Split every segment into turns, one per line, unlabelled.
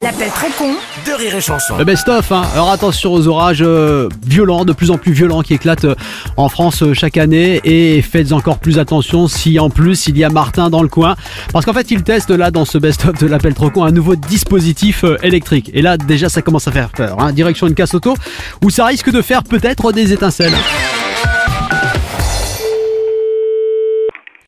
L'appel très con
De Rire et Chanson.
Le best-of, hein. alors attention aux orages euh, violents, de plus en plus violents qui éclatent euh, en France euh, chaque année et faites encore plus attention si en plus il y a Martin dans le coin parce qu'en fait il teste là dans ce best-of de l'appel trop con un nouveau dispositif euh, électrique et là déjà ça commence à faire peur, hein. direction une casse auto où ça risque de faire peut-être des étincelles.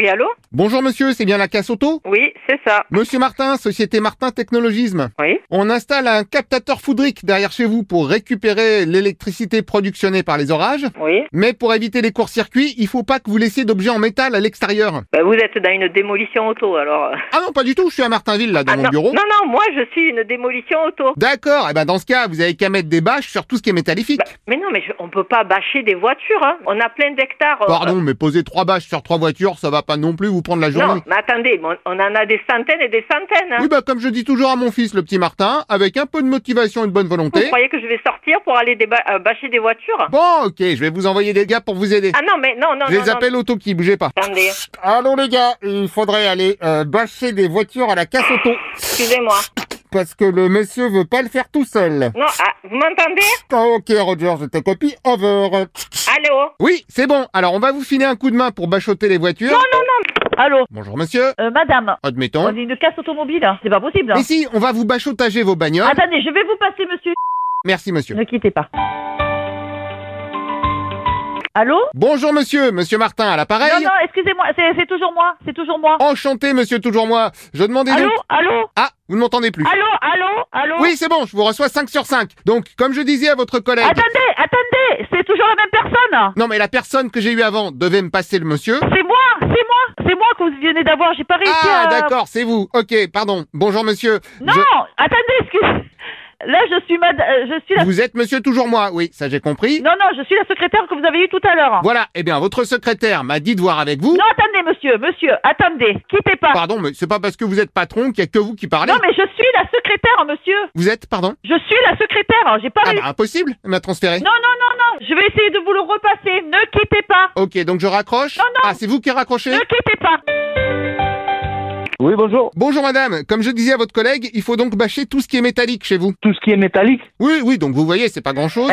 Oui, allô
Bonjour monsieur, c'est bien la casse auto
Oui, c'est ça.
Monsieur Martin, société Martin Technologisme.
Oui.
On installe un captateur foudrique derrière chez vous pour récupérer l'électricité productionnée par les orages.
Oui.
Mais pour éviter les courts-circuits, il faut pas que vous laissiez d'objets en métal à l'extérieur.
Bah, vous êtes dans une démolition auto, alors. euh.
Ah non, pas du tout, je suis à Martinville là, dans
Ah,
mon
non.
bureau.
Non, non, moi, je suis une démolition auto.
D'accord, et ben dans ce cas, vous avez qu'à mettre des bâches sur tout ce qui est métallifique.
Bah, mais non, mais je- on peut pas bâcher des voitures, hein. On a plein d'hectares. euh,
Pardon, mais poser trois bâches sur trois voitures, ça va pas non plus vous prendre la
euh, non,
journée.
mais attendez, mais on, on en a des centaines et des centaines, hein.
Oui, bah comme je dis toujours à mon fils, le petit Martin, avec un peu de motivation et de bonne
Vous
volonté.
croyez que je vais sortir pour aller déba- euh, bâcher des voitures
Bon, ok, je vais vous envoyer des gars pour vous aider.
Ah non, mais non, non,
Je
non,
les
non.
appelle auto qui bougez pas.
Attendez,
Allons les gars, il faudrait aller euh, bâcher des voitures à la casse auto
excusez-moi.
parce que le monsieur veut pas le faire tout seul.
Non, ah, vous m'entendez
Ah, ok Roger, je te copie over.
Allô
Oui, c'est bon. Alors on va vous filer un coup de main pour bachoter les voitures.
Non, non, non.
Allô
Bonjour monsieur,
euh, Madame,
admettons.
on est une casse automobile, hein. c'est pas possible. hein.
Mais si, on va vous bachotager vos bagnoles.
Attendez, je vais vous passer, monsieur.
Merci monsieur.
Ne quittez pas. Allô
Bonjour monsieur, monsieur Martin à
Non,
l'appareil.
non, excusez-moi, c'est c'est toujours moi, c'est toujours
Oh,
moi.
Enchanté monsieur toujours moi. Je demandais
Allô,
donc...
allô,
Ah, vous ne m'entendez plus.
allô, allô, allô.
Oui, c'est bon, je vous reçois 5 sur 5. Donc, comme je disais à votre collègue...
Attendez, attendez, c'est toujours la même personne.
Non mais la personne que j'ai eue avant devait me passer le monsieur.
C'est moi, c'est moi, c'est moi que vous venez d'avoir, j'ai pas réussi à...
Ah, d'accord, c'est vous. Ok, pardon. Bonjour, monsieur.
Non,
Je-
attendez, excusez... Là, je suis mad... euh, je suis la...
Vous êtes monsieur toujours moi, oui, ça j'ai compris.
Non, non, je suis la secrétaire que vous avez eue tout à l'heure.
Voilà, eh bien, votre secrétaire m'a dit de voir avec vous.
Non, attendez, monsieur, monsieur, attendez, quittez pas.
Pardon, mais c'est pas parce que vous êtes patron qu'il y a que vous qui parlez.
Non, mais je suis la secrétaire, monsieur.
Vous êtes, pardon
Je suis la secrétaire, hein, j'ai pas
Ah
réussi.
bah, ah, impossible, il m'a transféré.
Non, non, non, non, je vais essayer de vous le repasser. Ne quittez pas,
Ok, donc je raccroche.
Non, non.
Ah, c'est vous qui raccrochez
ne quittez pas.
Oui, bonjour.
Bonjour madame, comme je disais à votre collègue, il faut donc bâcher tout ce qui est métallique chez vous.
Tout ce qui est métallique.
Oui, oui, donc vous voyez, c'est pas grand chose.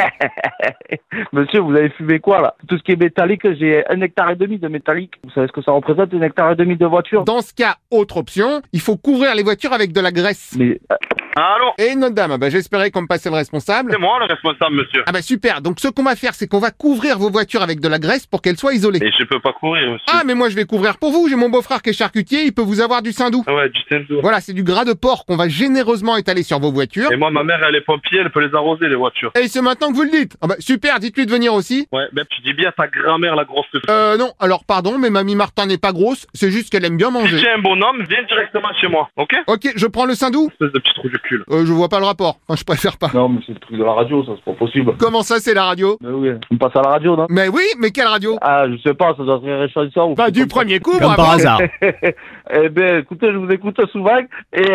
Monsieur, vous avez fumé quoi, là Tout ce qui est métallique, j'ai un hectare et demi de métallique. Vous savez ce que ça représente, un hectare et demi de voiture
Dans ce cas, autre option, il faut couvrir les voitures avec de la graisse.
Mais... euh,
Allô
Et notre dame, ah bah j'espérais qu'on me passait le responsable.
C'est moi le responsable, monsieur.
Ah bah super, donc ce qu'on va faire, c'est qu'on va couvrir vos voitures avec de la graisse pour qu'elles soient isolées.
Et je peux pas courir, monsieur.
Ah mais moi je vais couvrir pour vous, j'ai mon beau-frère qui est charcutier, il peut vous avoir du sein doux.
Ah ouais, du Tinto.
Voilà, c'est du gras de porc qu'on va généreusement étaler sur vos voitures.
Et moi, ma mère, elle est pompier, elle peut les arroser, les voitures.
Et c'est maintenant que vous le dites. Ah bah super, dites-lui de venir aussi.
Ouais, ben tu dis bien ta grand-mère, la grosse. pute.
Euh non, alors pardon, mais mamie Martin n'est pas grosse, c'est juste qu'elle aime bien
Si
manger.
tu es un bonhomme, viens directement chez moi, ok
Ok, je prends le sein doux
Espèce de petit trou du cul.
Euh, je vois pas le rapport, enfin, je préfère pas.
Non, mais c'est le truc de la radio, ça, c'est pas possible.
Comment ça, c'est la radio
Mais oui, on passe à la radio, non
Mais oui, mais quelle radio
Ah, je sais pas, ça doit être chanson.
Bah du premier coup,
Comme
bravo.
par hasard.
Eh ben, écoutez, je vous écoute souvent, et...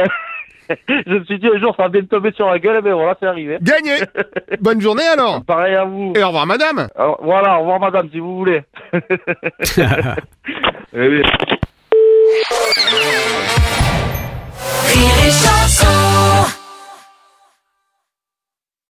euh, je me suis dit, un jour, ça va bien tomber sur la gueule, et ben voilà, c'est arrivé.
Gagné Bonne journée alors
Pareil à vous.
Et au revoir madame
Alors, voilà, au revoir, madame, si vous voulez. Eh oui.
Rire et Chanson